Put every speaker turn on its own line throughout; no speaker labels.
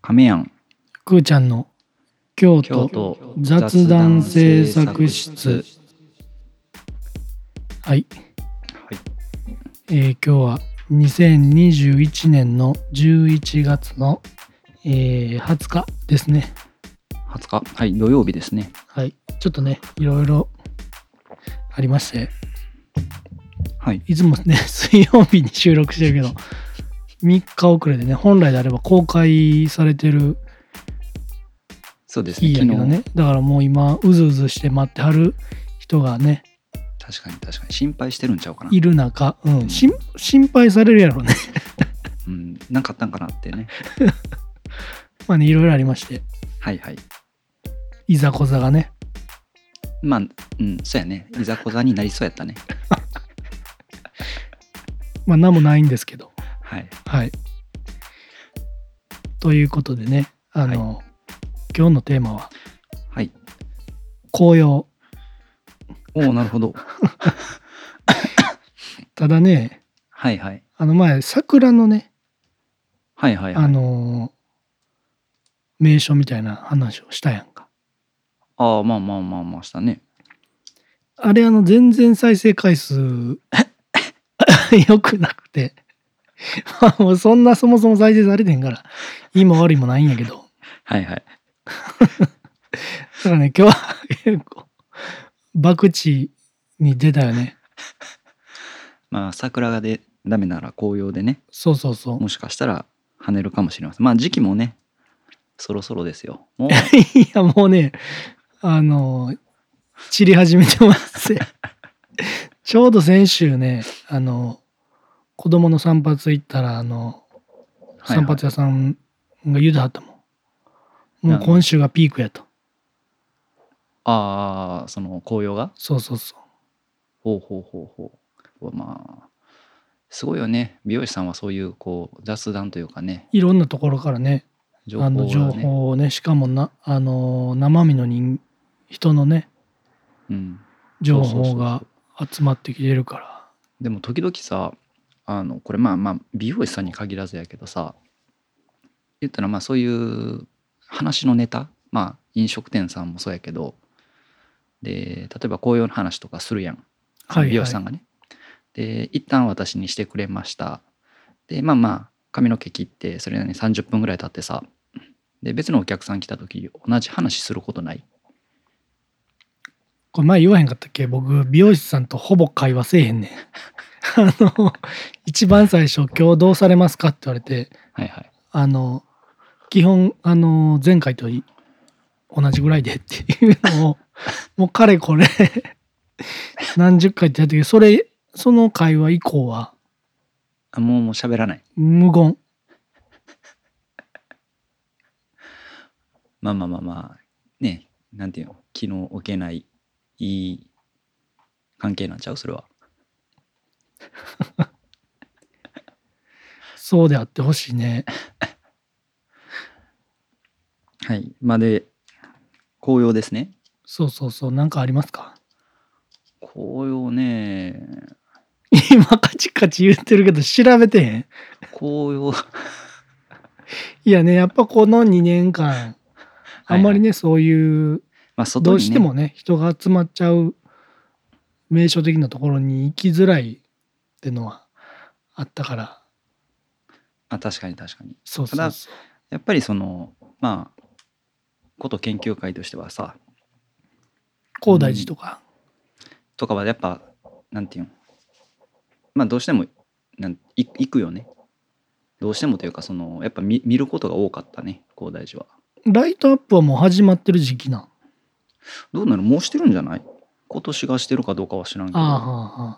亀やん
くーちゃんの京
京
都
都
雑談制作室
は
はい、
い
えー今日は2021年の11月の、えー20日ですね
20日はい土曜日ですね
はいちょっとねいろいろありまして
はい
いつもね 水曜日に収録してるけど3日遅れでね本来であれば公開されてる
そうですね
日やけど
昨日
ねだからもう今うずうずして待ってはる人がね
確かに確かに心配してるんちゃうかない
る中、うん、しん心配されるやろうね。
うんなんかあったんかなってね
まあね、いろいろありまして、
はいはい
いざこざがね。
まあうんそうやねいざこざになりそうやったね
まあ、なんもないんですけど。
はい
はい。ということでね、あの、今日のテーマは、
はい
紅葉。
おおなるほど
ただね、
はいはい
あの前、桜のね、
はいはいはい
あのー名所みたいな話をしたやんか。
ああまあまあまあまあしたね
あれ、あの、全然再生回数、 良くなくて。 まあもうそんなそもそも再生されてへんから、今悪いもないんやけど。
はいはい
だからね、今日は結構、博打に出たよね。
まあ桜がでダメなら紅葉でね
そうそうそう。
もしかしたら跳ねるかもしれませんまあ時期もねそろそろですよ もう
いや、もうね、あの、散り始めてます。ちょうど先週ね、あの、子供の散髪行ったら、あの、
はいはい
散髪屋さんが言うてはったもん。も
な
う
るほど
今週がピークやと。
ああその紅葉が
そうそうそう。
ほうほうほうほううわまあすごいよね美容師さんはそういうこう雑談というかね
いろんなところからね、
情
あ
報
の情
をね、
報をね、しかもな、あの、生身の人人のね、
うん、
情
そうそう
報
そう
が
そう
集まってきてるから。
でも時々さあのこれまあまあ美容師さんに限らずやけどさ言ったらまあそういう話のネタまあ飲食店さんもそうやけどで例えば紅葉の話とかするやん
はい、
美容師さ
はい
ん。がね。で一旦私にしてくれました。でまあまあ髪の毛切ってそれなりに30分ぐらい経ってさで別のお客さん来た時同じ話することない
これ前言わへんかったっけ僕美容師さんとほぼ会話せえへん ねんあの一番最初「今日どうされますか?」って言われて
はいはい。
あの基本あの前回とい同じぐらいでっていうのをもうかれこれ何十回ってやってるけどそれその会話以降は
あもうもう喋らない。
無言
まあまあまあまあねなんていうの気の置けないいい関係なんちゃうそれは。
そうであってほしいね
はい。まあで紅葉ですね。
そうそうそうなんかありますか
紅葉ね
今カチカチ言ってるけど調べてへん
紅葉
いやねやっぱこの2年間あんまりね、そういう
まあ外に、ね、
どうしてもね人が集まっちゃう名所的なところに行きづらいってのはあったから
あ確かに確かに。
そうそうそう
やっぱりそのまあこと研究会としてはさ
高大寺とか、
とかはやっぱなんていうのまあどうしてもなんい行くよねどうしてもというかそのやっぱ見見ることが多かったね高大寺は
ライトアップはもう始まってる時期なん
どうなのもうしてるんじゃない今年がしてるかどうかは知らんけど
ああはあは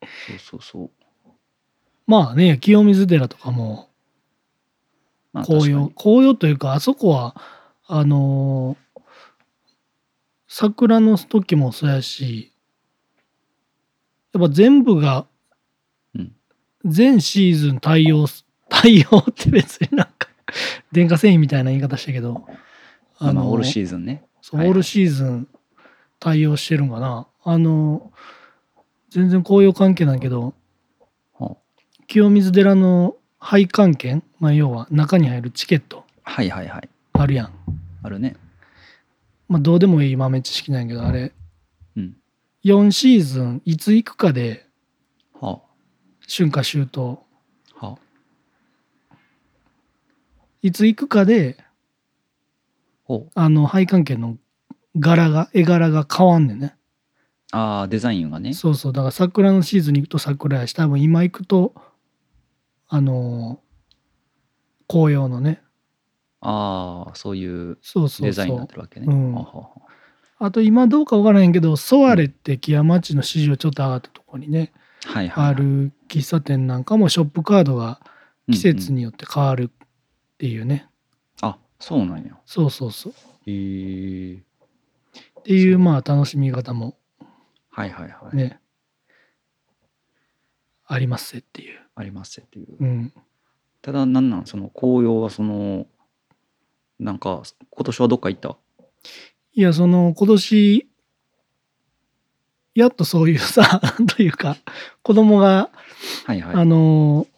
あ
そうそうそう
まあね清水寺とかも
まあ
紅葉
確か
紅葉というかあそこはあのー桜の時もそうやしやっぱ全部が
うん
全シーズン対応す対応って別になんか電化製品みたいな言い方したけど
にまあまあ
の
オールシーズンね
そう
はい
オールシーズン対応してるんかなあの全然紅葉関係ないけど
は
清水寺の配管券、まあ、要は中に入るチケット
はいはいはい
あるやん。
あるね
まあ、どうでもいい豆知識なんやけど、あれ、
うん
4シーズンいつ行くかで
は
春夏秋冬、
あはあ
いつ行くかで、
お
あの、配管券の柄が、絵柄が変わんねんね。
あーデザインがね
そうそう。だから桜のシーズンに行くと桜やし、多分今行くと、あのー紅葉のね。
ああそういう
そうそうそう。
デザインになってるわけね
うん
はあはあはあ
あと今どうかわからへんけど、ソアレって木屋町の市場ちょっと上がったところにね、
はいはいはい
ある喫茶店なんかもショップカードが季節
うんうん
によって変わるっていうね。
あそうなんや
そうそうそう。
へえ
ってい
そうう
まあ楽しみ方も
はいはいはい、
ね、ありますぜっていう。
ありますっていう
うん。
ただなんなんその紅葉はそのなんか今年はどっか行った
いや、その今年、やっとそういうさ、 なんというか、子供が、
はいはい
あのー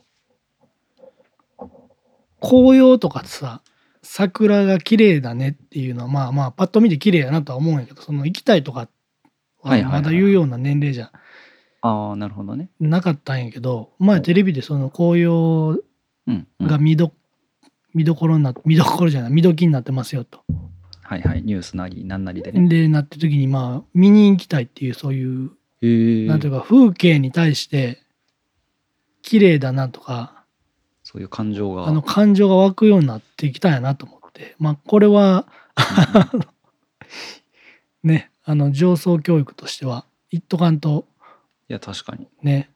紅葉とかさ、桜が綺麗だねっていうのは、まあまあ、パッと見て綺麗やなとは思うんやけど、その行きたいとか
は
は
は
い
いはいは
ま
い
だ言うような年齢じゃ
ああなるほどね
なかったんやけど、前テレビでその紅葉
うん、うん、
が
は
見ど,、見どころになって見どころじゃない見どきになってますよと。
いはいニュースなりなんなりでね
でなって時にまあ見に行きたいっていうそういう、
へえ
なんていうか風景に対して綺麗だなとか
そういう感情が
あの感情が湧くようになってきたんやなと思ってまあこれは
うんうん
ねあの上層教育としては一斗缶と
いや確かに
ね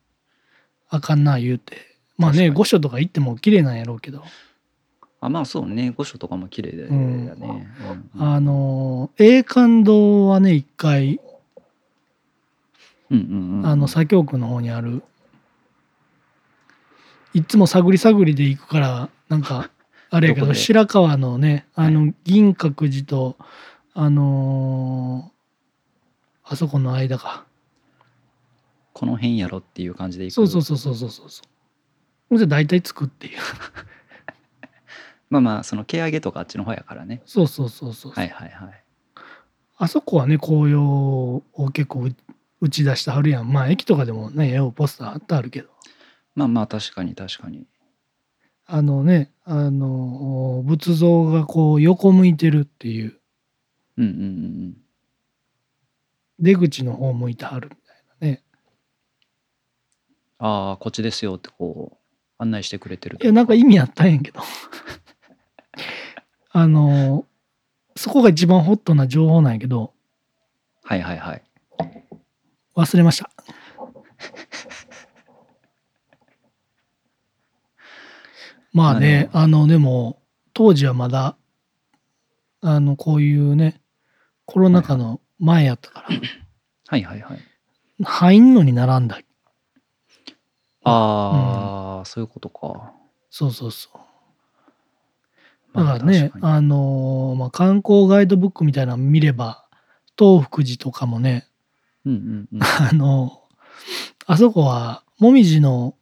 あかんな言うてまあ
確か
ね
に
御所とか行っても綺麗なんやろうけど、
あまあそうね御所とかも綺麗だよ
うん
ね、うんうん
あの栄冠堂はね一回
うんうんうん
あの左京区の方にあるいつも探り探りで行くからな んかあれやけ
どこ
ど
で
白川のねあ
は
の銀閣寺とあのーあそこの間か
この辺やろっていう感じでいく
そうそうそうそうそうそうそうじゃ大体着くっていう
まあまあその毛上げとかあっちの方やからね
そうそうそうそう、
はいはいはい
あそこはね紅葉を結構う打ち出してはるやんまあ駅とかでもね絵をポスター貼ってあるけど
まあまあ確かに確かに
あのねあのー仏像がこう横向いてるっていう
うんうんうん
出口の方向いてはるみたいなね
ああこっちですよってこう案内してくれてる
いやなんか意味あったんやけど あのそこが一番ホットな情報なんやけど
はいはいはい
忘れました まあねあのでも当時はまだあのこういうねコロナ禍の前やったから、
はいはいはい
入んのに並んだ
ああ、そういうことか
そうそうそうだ
ま
か
あ
らね、
確かに
あのーまあ、観光ガイドブックみたいなの見れば、東福寺とかもね、
うんうんうん
あのーあそこは、もみじの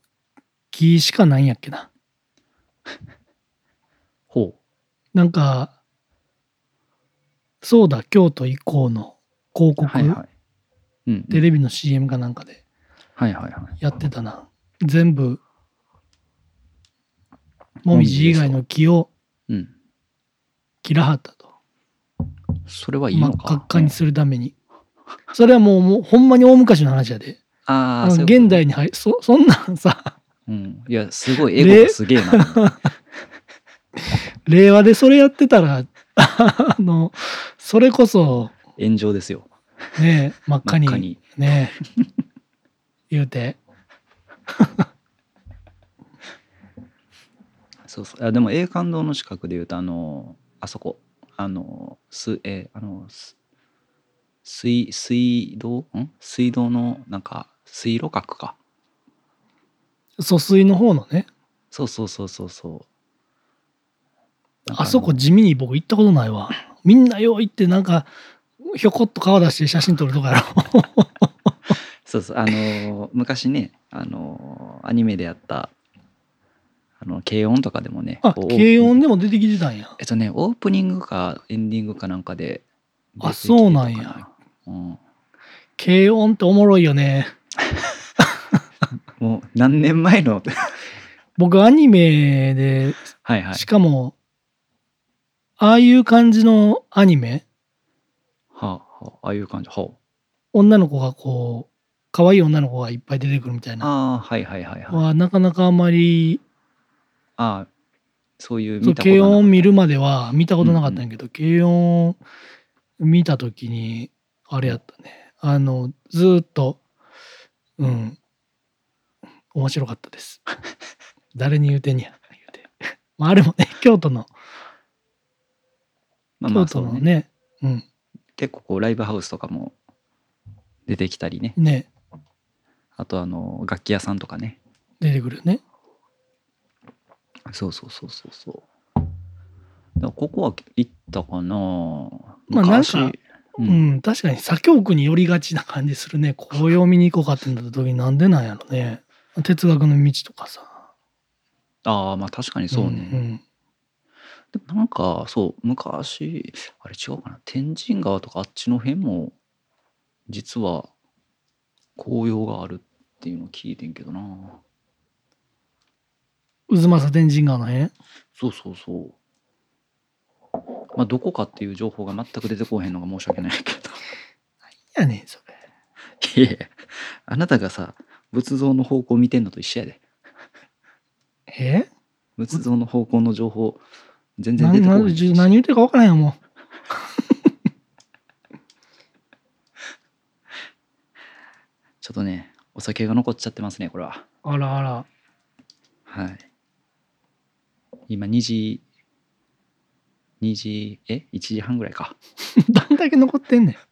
木しかないんやっけな。
ほ
なんか、そうだ、京都以降の
う
広告、
はいはいうんう
テ
ん
レビの CM かなんかで
はいはいはい
やってたな。全部、もみじ以外の木を
うん
切らはったと。
それはいい
真っ
の
赤
か
っかにするために。それはもう、もうほんまに大昔の話やで。
あ
あ
あ
の
そういうこと
現代に入そそんなんさ
うんいやすごいエゴがすげえな
令和でそれやってたら あのそれこそ
炎上ですよ
ね真っ赤
真っ
に
赤に
ね言うて
そうそうあでも栄冠堂の近くで言うとあのあそこあのすえーあのす水水道ん水道のなんか水路閣か
疎水の方のね
そうそうそうそうそうなんか
あそこ
の
地味に僕行ったことないわみんなよう行ってなんかひょこっと顔出して写真撮るとか やろ
そうそうあの昔ねあのアニメでやったああの軽音とかでもね
あ
こう
軽音でも出てきてたんや
えっとねオープニングかエンディングかなんかで
あそうなんや
出てきてたかなうん
軽音っておもろいよね
もう何年前の
僕アニメで
はいはい
しかもああいう感じのアニメ
はあ、はあ、ああいう感じほ
女の子がこう可愛い女の子がいっぱい出てくるみたいうな
ああはいはいはいはいあ
はなかなかあんまり
あそういう
そう
見たことな
軽
かった
音見るまでは見たことなかったんやけど、軽音見た時にあれやったねあのずーっとうん面白かったです 誰に言うてんや言うて、まあ、あれもね京都の
まあま
京
あそ
都
うね
のね,、うん
結構こうライブハウスとかも出てきたりね
ね
あとあの楽器屋さんとかね
出てくるよね
そうそうそうそうそうだからここは行ったかな
まあなんか
う
うんん、確かに左京区に寄りがちな感じす るね紅葉見に行こうかってなった時になんでなんやろね哲学の道とかさ
ああまあ確かにそうね、
んん
でもなんかそう昔あれ違うかな天神川とかあっちの辺も実は紅葉があるっていうのを聞いてんけどな
渦政天神川の辺
そうそうそうまあどこかっていう情報が全く出てこへんのが申し訳ないけど
やねんそ れ
いやいやあなたがさ仏像の方向見てんのと一緒やで
え
仏像の方向の情報全然
な
出てこ
な
ない
じゅ何言ってるか分からんよも
ちょっとねお酒が残っちゃってますねこれは
うあらあら
はい今2時2時え1時半ぐらいか
どんだけ残ってんねん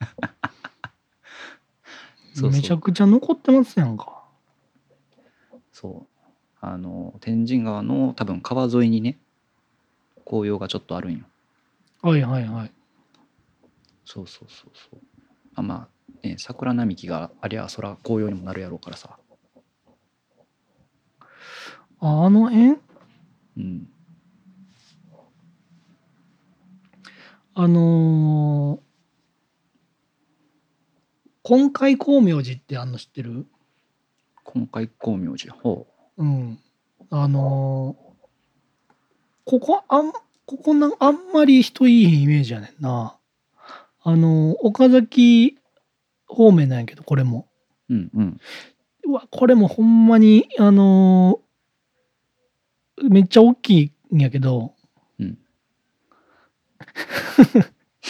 そうそう
めちゃくちゃ残ってますやんか
そうあの天神川の多分川沿いにね紅葉がちょっとあるんよ
はいはいはい
そうそうそうそうあまあね桜並木がありゃそら紅葉にもなるやろうからさ
あの辺
うん
あのー、今回光明寺ってあんの知ってる
今回光明寺ほう
うん。あのーここあん、ここなんあんまり人いいイメージやねんな。あのー岡崎方面なんやけど、これも。
うんうん
うわ、これもほんまに、あのーめっちゃ大きいんやけど、
うん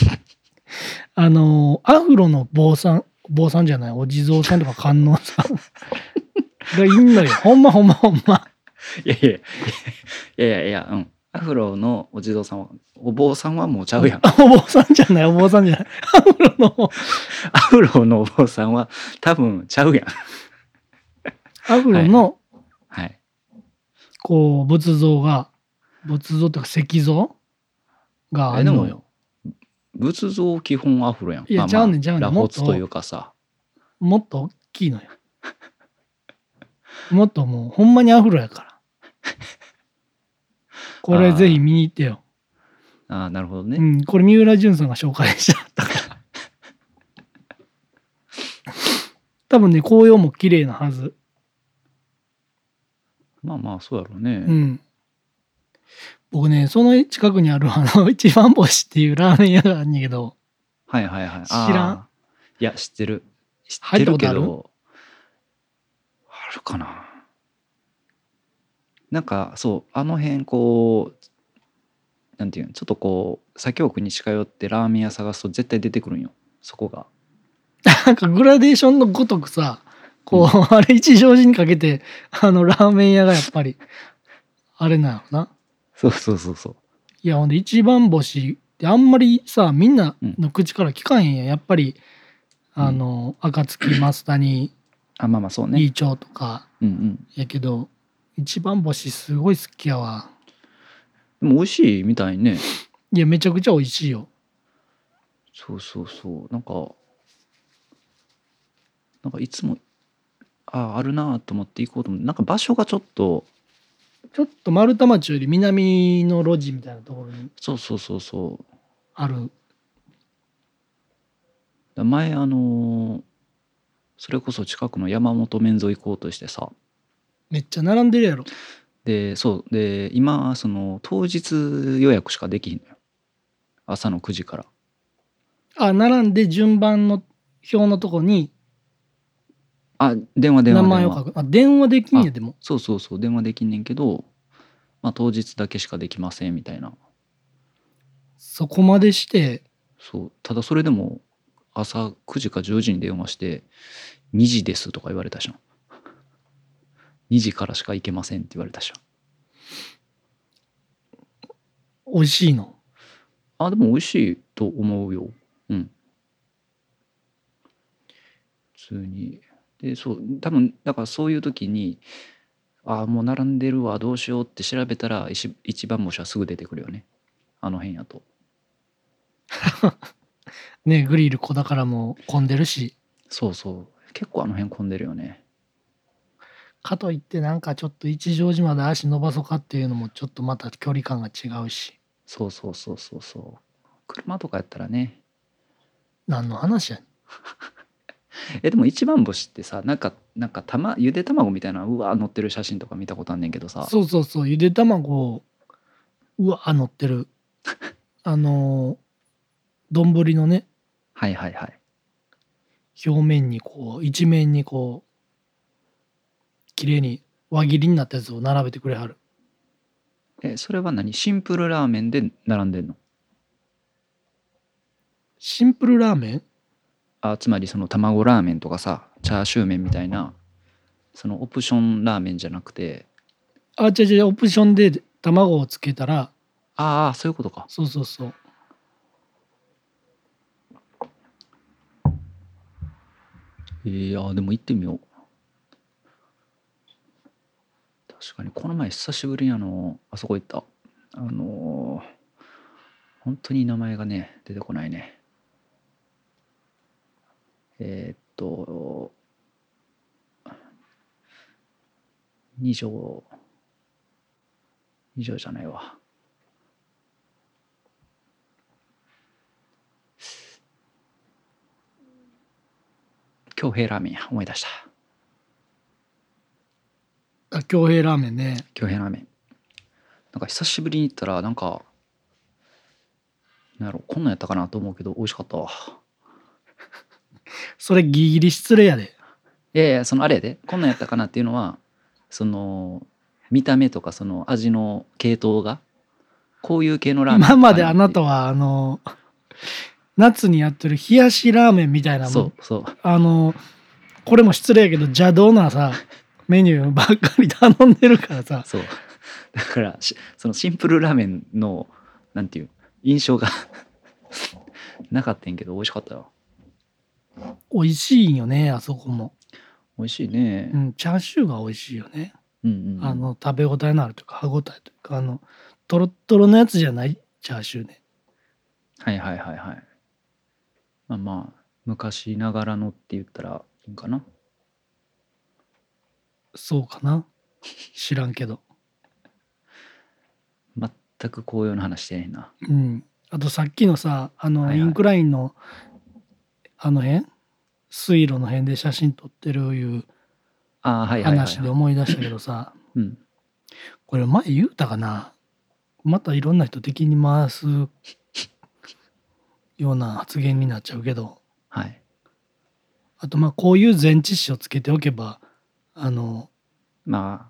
あのーアフロの坊さん、坊さんじゃない、お地蔵さんとか観音 さんがいんのよ。ほんまほんまほんま。
いやいやいやいやいやいやうんアフロのお地蔵さんはお坊さんはもうちゃうやん
お坊さんじゃない、お坊さんじゃない。アフロの、
アフロのお坊さんは多分ちゃうやん
アフロの、
はい
こう、仏像が、仏像というか石像があ
え
る
で
のよ
も。仏像基本アフロやん
いやちゃうねんちゃうねん
ラ
も
ホ
っと
ツというかさ
もっと大きいのよ。もっともう、ほんまにアフロやから。これぜひ見に行ってよ。
ああなるほど
う
ね、
ん、これ三浦淳さんが紹介しちゃっ たから。多分ね、紅葉も綺麗なはず。
まあまあそうやろうね、
うん。僕ね、その近くにある、あの、一番星っていうラーメン屋があるんやけど、
はいはいはい
知らん
あーいや知ってる知っ
入
て
った
る
こ
け
とある
どあるかななんかそうあの辺こうなんていうのちょっとこう左京区に近寄ってラーメン屋探すと絶対出てくるんよそこが
なんかグラデーションのごとくさ、こう、あれ一乗寺にかけて、あの、ラーメン屋がやっぱり、あれなのな。
そうそうそうそう
いや、ほんで一番星ってあんまりさ、みんなの口から聞かへんやん。やっぱり、あの、暁増谷
あまあまあそうね
李長とか
うんうん
やけど、一番星すごい好きやわ。
でも美味しいみたいね
いや、めちゃくちゃ美味しいよ。
そうそうそうなんかなんかいつもあああるなと思って行こうと思ってなんか場所がちょっと
ちょっと丸太町より南の路地みたいなところに
そうそうそうそう
ある。
だ前あのーそれこそ近くの山本面沿い行こうとしてさ
めっちゃ並んでるやろ。
でそうで今その当日予約しかできひんのよ朝の9時から
あ、並んで順番の表のとこに
あ電話電
名
話
前
電
を書
話
く。あ、電話できんや、
あ
でも。
そうそうそう電話できんねんけど、まあ、当日だけしかできませんみたいな
そこまでして、
そうただそれでも朝9時か10時に電話して「2時です」とか言われたじゃん2時からしか行けませんって言われたじ
美味しいの。
ゃんあでも美味しいと思うようん普通にでそう多分だからそういう時にああもう並んでるわどうしようって調べたら一一番星はすぐ出てくるよねあの辺やと
ね、グリル子だからも混んでるし。
そうそう結構あの辺混んでるよね
かといってなんかちょっと一乗寺まで足伸ばそうかっていうのもちょっとまた距離感が違うし。
そうそうそうそうそう車とかやったらね
何の話やねん
えでも一番星ってさなんかなんかたまゆで卵みたいなうわー乗ってる写真とか見たことあんねんけどさ
そうそうそう、ゆで卵を、うわ、乗っ てる。あのー、丼のね、
はいはいはい
表面にこう、一面にこう、綺麗に輪切りになったやつを並べてくれはる。
えそれは何シンプルラーメンで並んでんの
シンプルラーメン
あつまりその卵ラーメンとかさチャーシュー麺みたいなそのオプションラーメンじゃなくて
あ、違う違う、オプションで卵をつけたら、
ああそういうことか
そうそうそう。
えー、あーでも行ってみよう確かにこの前久しぶりにあのあそこ行ったあのー本当に名前がね出てこないねえーっと二条二条じゃないわ京平ラーメンや思い出した
あ、京平ラーメンね。
京平ラーメンなんか久しぶりに行ったらなんかなんやろこんなんやったかなと思うけど美味しかったわ
それギリギリ失礼やで。
いやいやそのあれやでこんなんやったかなっていうのはその見た目とかその味の系統がこういう系のラーメン
今まであなた
は
は、あのー、夏にやってる冷やしラーメンみたいなもん
そうそう
あの、これも失礼やけど邪道なさ、メニューばっかり頼んでるからさ、
そう だからしそのシンプルラーメンのなんていう印象が なかったんやけど美味しかったよ
美味しいよね、あそこも。
美味しいね
う、ん、チャーシューが美味しいよね。
うんうんうん
あの、食べ応えのあるというか、歯応えというか、あの、トロットロのやつじゃないチャーシューね。
はいはいはいはい。まあまあ、昔ながらのって言ったらいいんかな。
そうかな知らんけど。
全く紅葉の話してへんな。
うん。あとさっきのさ、あの、
はいはい
インクラインの、あの辺水路の辺で写真撮ってるいう
ああ、はいはいはい、
話で
はい。
思い出したけどさ、
うん。
これ前言うたかなまたいろんな人敵に回すような発言になっちゃうけど
はい。
あとまあこういう前置詞をつけておけばあの
ま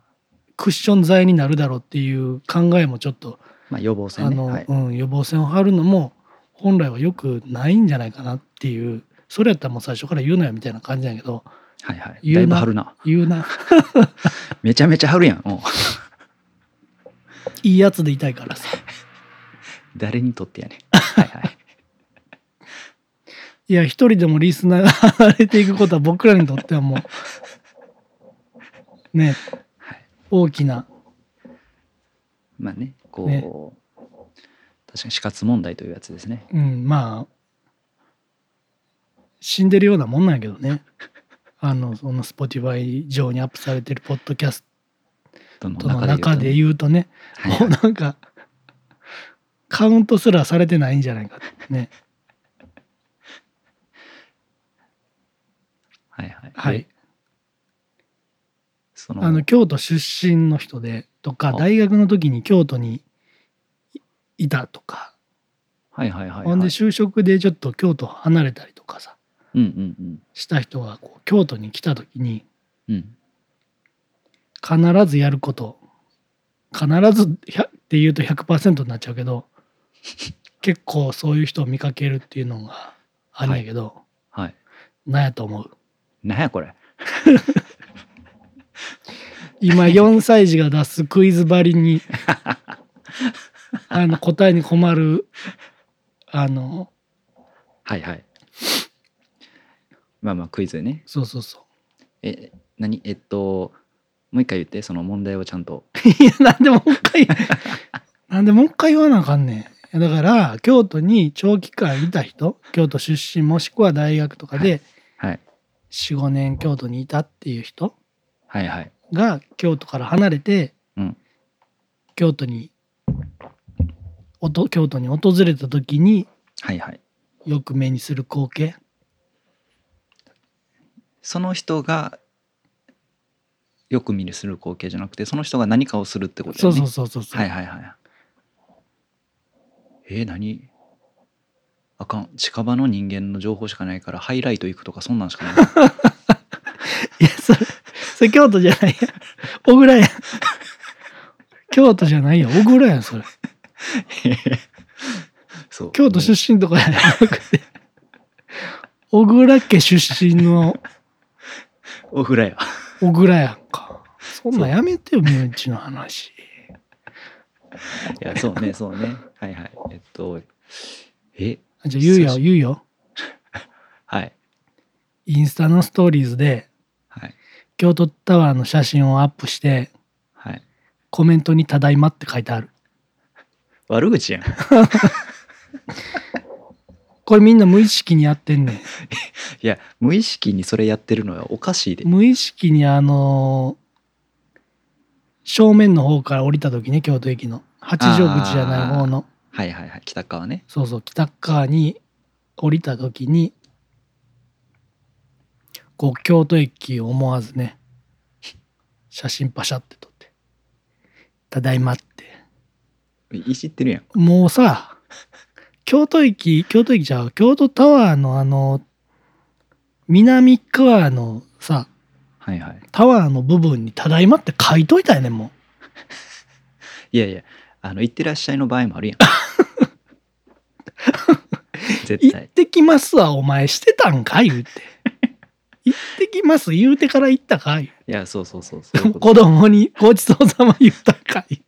クッション材になるだろうっていう考えもちょっと、
あ、まあ予防
あ
線ね。
の、
はい、
うん、予防線を張るのも本来はよくないんじゃないかなっていうそれやったらもう最初から言うなよみたいな感じやけど
はいはい。
言
だいう
な
ぶ春な。
言うな
めちゃめちゃ春やん。もう
いいやつでいたいからさ
誰にとって やねん。はいはい。
いや一人でもリスナーが離れていくことは僕らにとってはもう ね
はい、
大きな
まあね、こう、
ね
確かに死活問題というやつですね。
うんまあ死んでるようなもんなんやけどねあのその Spotify 上にアップされてるポッドキャス
との
との
中
中
で言
で
う
言うとね、
とはい
もうなんか、カウントすらされてないんじゃないかってね。
はいはい
は
で
い。
その
あの、京都出身の人でとか、
あ
大学の時に京都にいいたとか、
はいはいはいはい
ほんで就職でちょっと京都離れたりとかさ、
うんうん
した人がこう京都に来た時に、
うんうん
必ずやること必ず100って言うと100%になっちゃう けど結構そういう人を見かけるっていうのがあるんやけど、
はい
なんやと思う
なんやこれ
今4歳児が出すクイズばりにあの答えに困るあの
はいはいまあまあクイズね
そうそうそ
え何えっともう一回言ってその問題をちゃんと
ういやなんでもう一回なんでもう一回言わなあかんねんだから京都に長期間いた人京都出身もしくは大学とかで
はい
45年京都にいたっていう人
はいはい
が京都から離れて、
うん
京都におと京都に訪れた時に
はいはい
よく目にする光景
その人がよく見るする光景じゃなくてその人が何かをするってことだ
そ
よ
う
ね
そうそうそうそう、
はいはいはいえー、何あかん近場の人間の情報しかないからハイライト行くとかそんなんしかない
いやそれそれ京都じゃないや小倉や京都じゃないよ小倉やそれ
そう
京都出身とかやなくて 小倉家出身の
お風呂や
小倉やんかそんなんやめてよ身内の話
いやそうねそうねはいはいえっとえ
あじゃあ言うよ
そう
言うよ
はい
インスタのストーリーズで
はい
京都タワーの写真をアップして
はい
コメントに「ただいま」って書いてある
悪口やん
これみんな無意識にやってんねん
いや無意識にそれやってるのはおかしいで
無意識にあのー正面の方から降りた時ね京都駅の八丈口じゃない方の
はいはいはい北川ね
そうそう北側に降りた時にこう京都駅を思わずね写真パシャって撮って「ただいま」って
いじってるやん
もうさ、京都駅、京都駅じゃう、京都タワーのあの、南側のさ、
はいはい
タワーの部分にただいまって書いといたよね、も
いやいやあの行ってらっしゃいの場合もあるやん
う。
絶
行っ
対
てきますわ、お前してたんか言 うて。行ってきます言うてから行ったかい
いやそうそうそうそういうこと
子供にごちそうさま言ったんかいって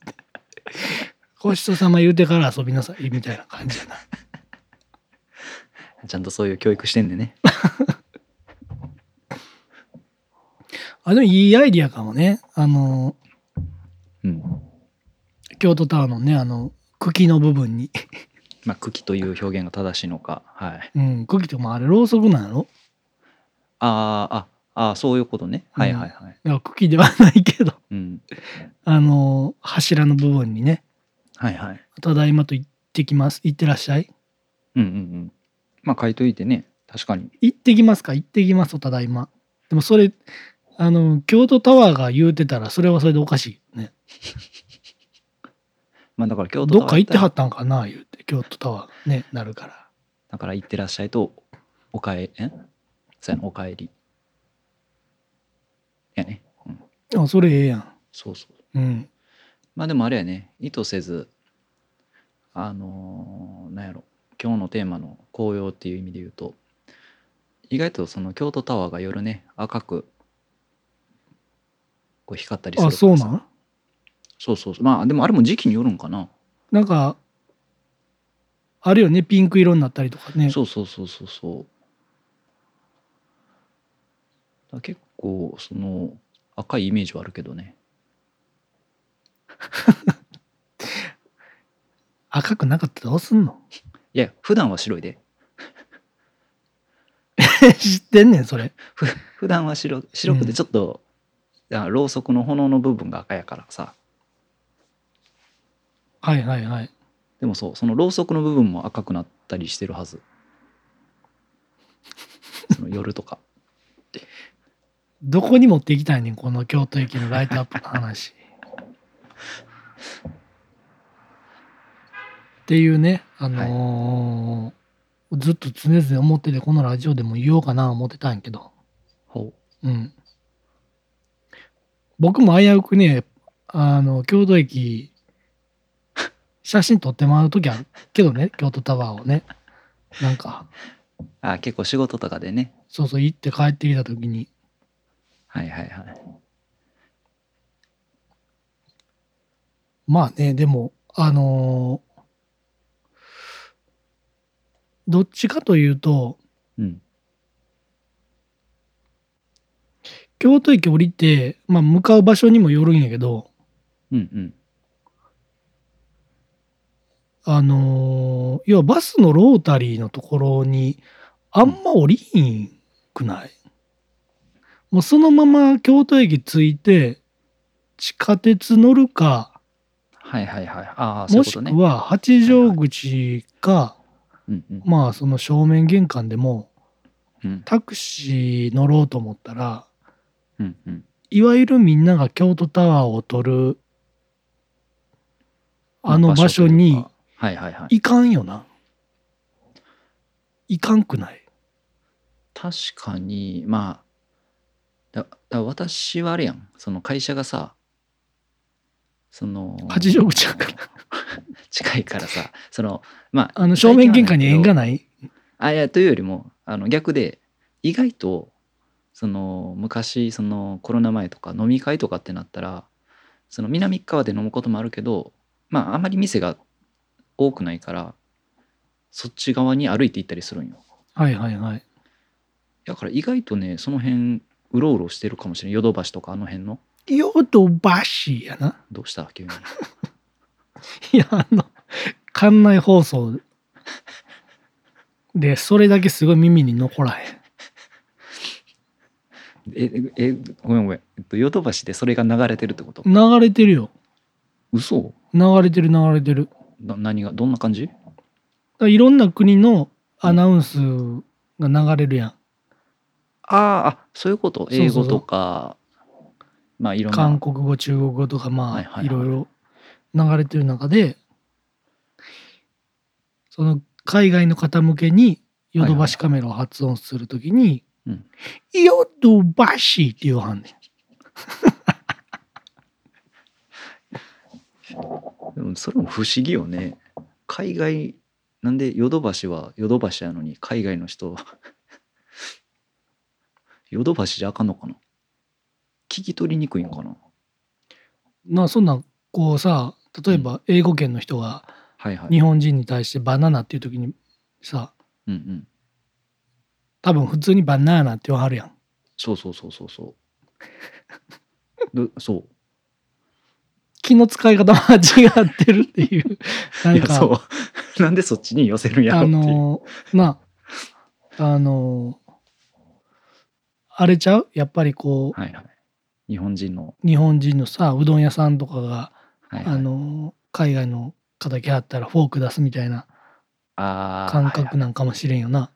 ごちそうさま言うてから遊びなさいみたいな感じやな。
ちゃんとそういう教育してんでね
あ、でもいいアイディアかもね。あの、
うん
京都タワーのね、あの、茎の部分に。
まあ茎という表現が正しいのかはい
うん、茎ってもあれろうそくなんやろ
あーあああそういうことねはいはいはい
いや茎ではないけど
うん、
あの柱の部分にね
はいはい
「ただいま」と言ってきます「行ってらっしゃい」
うんうんうんまあ書いといてね確かに
「行ってきますか行ってきますとただいま」でもそれあの京都タワーが言うてたらそれはそれでおかしいね
まあだから京都
どっか行っては
は
ったんかな言うて京都タワーがねなるから
だから行ってらっしゃいとおかええそうやなおかえりやね、うん、
あそれええやん
そうそう
うん
まあでもあれやね意図せずあのーなんやろ今日のテーマの紅葉っていう意味で言うと意外とその京都タワーが夜ね赤くこう光ったりする
あ
から
そうな
さ
ん
そうそうそうまあでもあれも時期によるんかな、
なんかあるよねピンク色になったりとかね
そうそうそうそうそうだから結構その赤いイメージはあるけどね
赤くなかったらどうすんの
いや普段は白いで
知ってんねんそれ
ふ普段は白白くてちょっとあろうそくの炎の部分が赤やからさ
はいはいはい。
でもそうそのろうそくの部分も赤くなったりしてるはず その夜とか
どこに持っていきたいねん、この京都駅のライトアップの話。っていうね、あのーずっと常々思ってて、このラジオでも言おうかな思ってたんやけど、
ほ
うん。僕も危うくね、あの、京都駅、写真撮ってもらう時あるけどね、京都タワーをね。なんか、
うあ結構仕事とかでね
そうそう、行って帰ってきた時に、
はいはいはい
まあね、でも、あのーどっちかというと、
うん
京都駅降りて、まあ、向かう場所にもよるんやけど、
うんうん
あのー要はバスのロータリーのところに、あんま降りひんくない、もうそのまま京都駅着いて、地下鉄乗るか、
はいはいはいああそうい
も
うこ
し
と
く
ね
は八丈口か、
うんうん
まあその正面玄関でも、
うん
タクシー乗ろうと思ったら、
うんうん
いわゆるみんなが京都タワーを取るあの場所
という
に
かはいはいはい
行かんよな。行かんくない。
確かにまあだだから私はあれやんその会社がさその
八丈口やから。
近いからさそのまあ
あの正面玄関に縁が
ない
ない。
あいやというよりもあの逆で意外とその昔そのコロナ前とか飲み会とかってなったらその南側で飲むこともあるけどまああまり店が多くないからそっち側に歩いて行ったりするんよ
はいはいはい。
だから意外とねその辺うろうろしてるかもしれないヨドバシとかあの辺の
ヨドバシやな。
どうした急に
いや、あの、館内放送で、それだけすごい耳に残らへん。
えええごめんごめんえっとヨドバシでそれが流れてるってこと
流れてるよ。
嘘
流れてる流れてる。
な何がどんな感じ
だからいろんな国のアナウンスが流れるやん。
あーあそういうこと
そうそう
英
そう
語とかまあいろんな
韓国語中国語とかまあ、
はいいはいはい
ろいろ流れてる中でその海外の方向けにヨドバシカメラを発音するときに
はいはい
「ヨドバシ」って言わはんねん
でもそれも不思議よね海外なんでヨドバシはヨドバシやのに海外の人ヨドバシじゃあかんのかな聞き取りにくいんかな
なそんなんこうさ例えば英語圏の人が
はいはい
日本人に対して「バナナ」っていうときにさ
うんうん
多分普通に「バナナ」って言わはるやん。
そうそうそうそうそう どそう
気の使い方は違ってるって いうないん
や
か
そう なんでそっちに寄せるんやろ
あ
っていう、
のーまああのーあれちゃうやっぱりこう、
はいはい日本人の、
日本人のさうどん屋さんとかが、
はいはい、
あのー海外の方来はったらフォーク出すみたいな
あー
感
はいはい
覚なんかもしれんよな、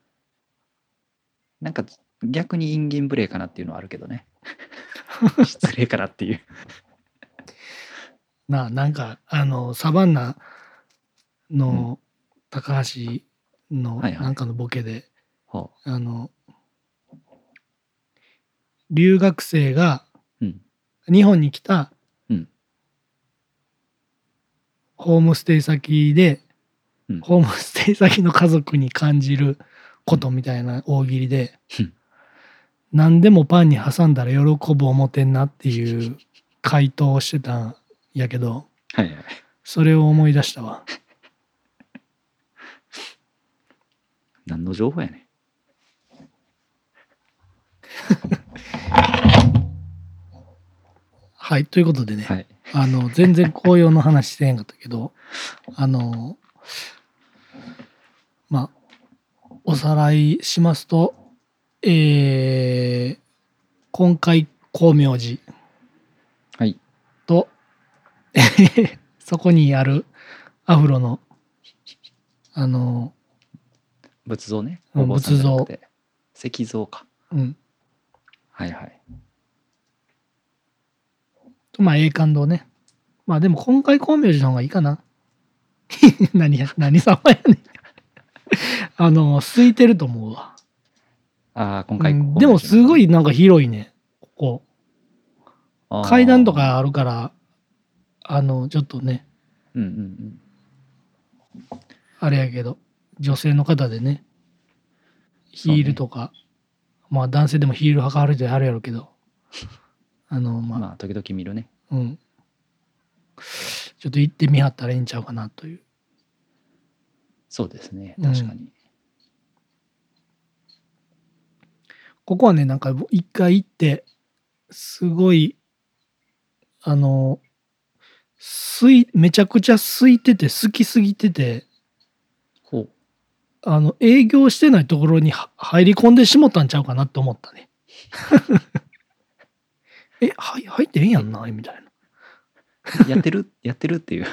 なんか逆にインギン無礼かなっていうのはあるけどね 失礼かなっていう
ななんかあのーサバンナの高橋の
はいはい
なんかのボケで、
はあ
あの留学生が
うん
日本に来た、
うん
ホームステイ先で、
うん
ホームステイ先の家族に感じることみたいな大喜利で、
うん
何でもパンに挟んだら喜ぶ思てんなっていう 回答をしてたんやけど
はいはい
それを思い出したわ
何の情報やねん
はいということでね、
はい
あの全然紅葉の話してへんかったけどあのまあおさらいしますとえー今回光明寺
はい
と、 そこにあるアフロの、あの、
仏像ね
うん
お坊さんじゃなくて石像か
うん、
はいはい
とまあ、栄冠堂ね。まあ、でも、今回光明寺の方がいいかな。 何や、何様やねん。あの、空いてると思うわ。
ああ今回、
うんでも、すご
い
いなんか広いね、ここ。階段とかあるから、あの、ちょっとね、
うんうんうん
あれやけど、女性の方でね、ヒールとか、まあ男性でもヒール履かはる人あるやろうけ ど、あの、まあ、
まあ時々見るね
うん。ちょっと行ってみはったらいいんちゃうかなという。
そうですね
うん
確かに、
ここはね、なんか一回行って、すごい、あの、すい、めちゃくちゃ空いてて、好きすぎてて、
ほう
あの、営業してないところには入り込んでしもったんちゃうかなって思ったね。 え、はい、入ってええんやんな、みたいな。い
やってる やってるっていう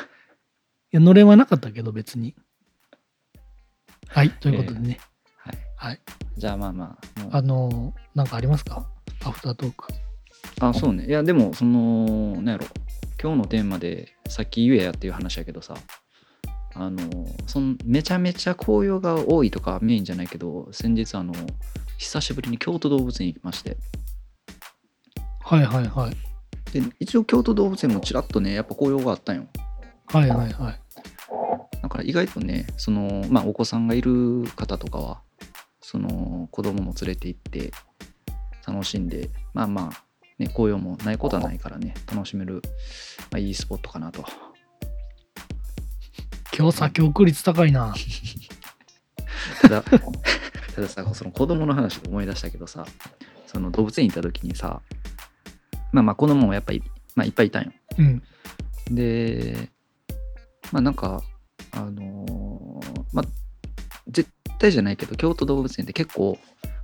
や、のれんはなかったけど、別に。はい、ということでね、
はい、
はい、
じゃあまあまあもう
あのーなんかありますかアフタートーク。
あそうねいやでもそのなんやろ今日のテーマでさっき言えやっていう話やけどさあのそのめちゃめちゃ紅葉が多いとかメインじゃないけど先日あの久しぶりに京都動物園行きまして
はいはいはい。
で一応京都動物園もちらっとねやっぱ紅葉があったんよ
はいはいはい。
だから意外とねその、まあ、お子さんがいる方とかはその子供も連れて行って楽しんでまあまあ、ね、紅葉もないことはないからね楽しめる、まあ、いいスポットかなと
今日先送率高いな。
ただたださその子供の話で思い出したけどさその動物園行った時にさまあまあ子供もやっぱり、まあ、いっぱいいたんよ
うん。
でまあなんかあのーまあ絶対じゃないけど京都動物園って結構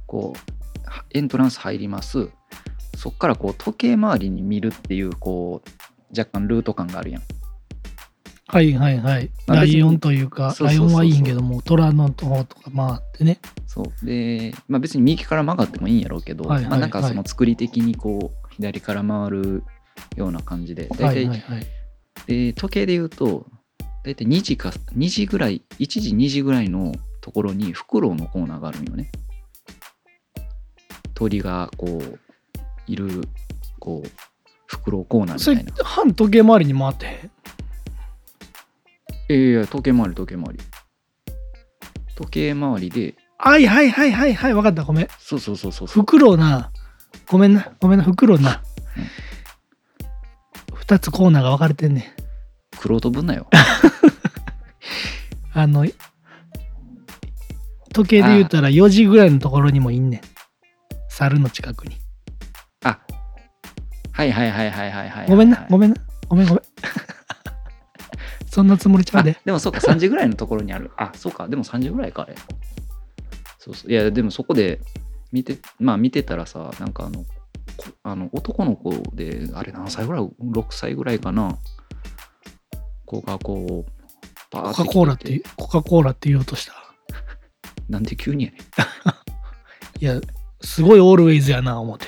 こうはエントランス入りますそっからこう時計回りに見るっていうこう若干ルート感があるやん
はいはいはい。
まあ
ラ
別に
イオンというか、
そう
ラ
そう
イ
そ
オ
うそう
ンはいいんけども、虎の方とか回ってね。
そうで、まあ、別に右から曲がってもいいんやろうけど、
はいはい
まあ、なんか
はい
その作り的にこう左から回るような感じで大体、
はいはいはい。
で時計で言うと大体2時か2時ぐらい1時2時ぐらいのところにフクロウのコーナーがあるんよね鳥がこういるこうフクロウコーナー
そ
みた
れ
いな、
反時計回りに回ってへん。
いやいやいや時計回り時計回り時計回りで
はいはいはいはいはい、分かった、ごめん。
そうそうそうそうそう
フクロウな、ごめんな、ごめんな、フクロウな
うん。
二つコーナーが分かれてんね
クロウとぶん なよ
ん。あの、時計で言うたら4時ぐらいのところにもいんねん。猿の近くに。
あはいはいはいはいはいはい
ごめんな、ご
ん
めんな、ごめんごめ ん。そんなつもりちゃうで。
でもそうか3時ぐらいのところにあるあそうかでも3時ぐらいかあれそうそういやでもそこで見てまあ見てたらさなんかあのこあの男の子であれ何歳ぐらい6歳ぐらいかな子がこうパ
コ
ー
カ・コーラっ
来
て、コカ・コーラって言おうとした。
なんで急にやね
いや、すごいオールウェイズやな、思って。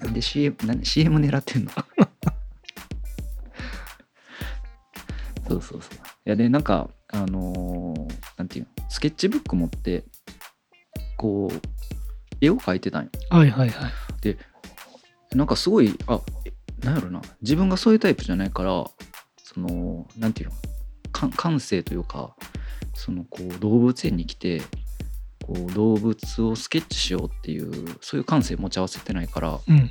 んなんで CM なんで CM 狙ってんの そうそうそういやでなんかあのーなんていうのスケッチブック持ってこう絵を描いてたんよ
はいはいはい。
なんかすごいあえなんやろな自分がそういうタイプじゃないからそのなんていうの感感性というかそのこう動物園に来てこう動物をスケッチしようっていうそういう感性持ち合わせてないから
うん。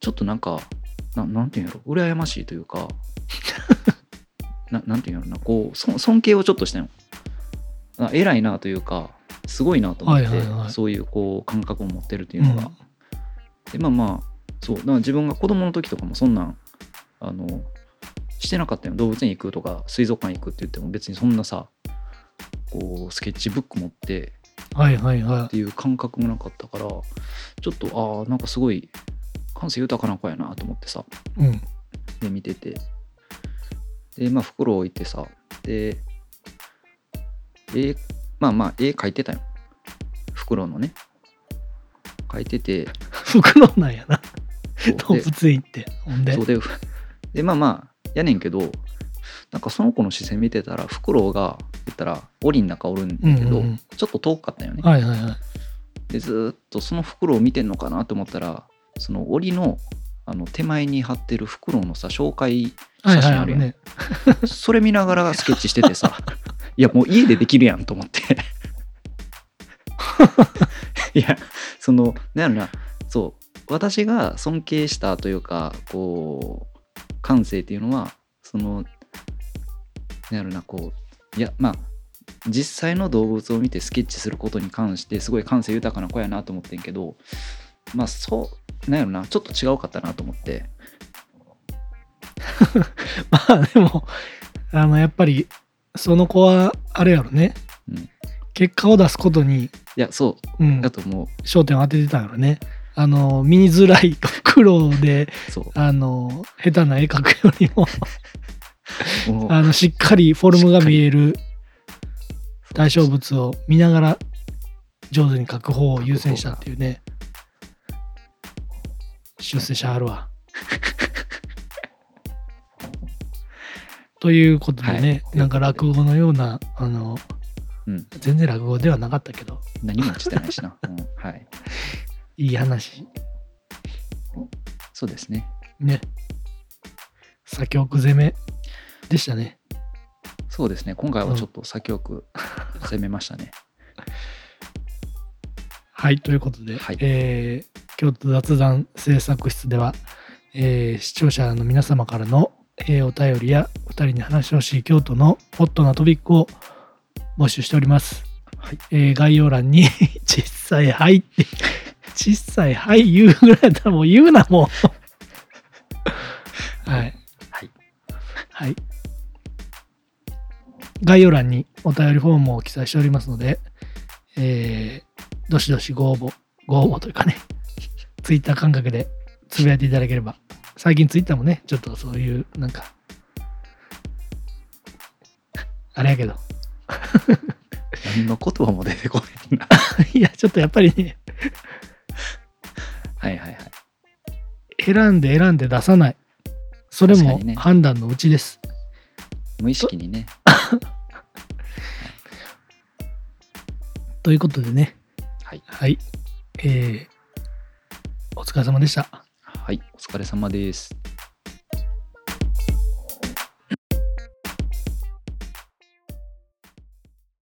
ちょっとなんかななんていうんやろ羨ましいというか ななんていうんやろなこうそ尊敬をちょっとしたよあ偉いなというかすごいなと思って、
はいはいはい
そういうこう感覚を持ってるっていう
う
の
ん
が、でまあまあそうだから自分が子供の時とかもそんなんあのしてなかったよ動物園行くとか水族館行くって言っても別にそんなさこうスケッチブック持って
はいはいは
っていう感覚もなかったからちょっとああなんかすごい感性豊かな子やなと思ってさ
うん
で見ててでまあ袋置いてさで絵まあまあ絵描いてたよ袋のね描いてて
袋なんやな
そう
動
で
物園行ってほんで
そうででまあまあやねんけどなんかその子の視線見てたらフクロウが言ったら檻の中おるんだけど、
うんうんうん
ちょっと遠かったよね、
はいはいはい
でずーっとそのフクロウ見てんのかなと思ったらその檻のあの手前に貼ってるフクロウのさ紹介
は
写
いはい
真
あ
ある
る
やん、
ね
それ見ながらスケッチしててさいやもう家でできるやんと思っていやそのなんやろなそう私が尊敬したというかこう感性っていうのはそのなんやろなこういやまあ実際の動物を見てスケッチすることに関してすごい感性豊かな子やなと思ってんけどまあそうなんやろなちょっと違うかったなと思って
まあでもあのやっぱりその子はあれやろね、
うん
結果を出すことに、
いやそううんだ、と思
焦点を当ててたんやろねあの見にづらい苦労で
うそう
あの下手な絵描くよりも
もう
あのしっかりフォルムが見える対象物を見ながら上手に描く方を優先したっていうね出世者あるわ。 ということでね、
はい
なんか落語のようなあの
うん、
全然落語ではなかったけど
何もしてないし な、うん、はい
いい話
そうですね
ね先送り攻めでしたね。
そうですね今回はちょっと先送り攻めましたね、
はい、ということで、
はい
えー京都雑談制作室では、えー視聴者の皆様からの、えーお便りや2人に話してほしい京都のホットなトピックを募集しております。
はい
えー概要欄に 小さい「はい」って 小さい「はい」言うぐらいだったらもう言うなもう。はい。
はい。
はい。概要欄にお便りフォームを記載しておりますので、えー、どしどしご応募、ご応募というかね、ツイッター感覚でつぶやいていただければ、最近ツイッターもね、ちょっとそういう、なんか、あれやけど、
何の言葉も出てこないな
いや、ちょっとやっぱりね、
はいはいはい
選んで選んで出さない。それ
確か
も
にね
判断のうちです。
無意識にね
ということでね、
はい
はい。えー、お疲れ様でした。
はいお疲れ様です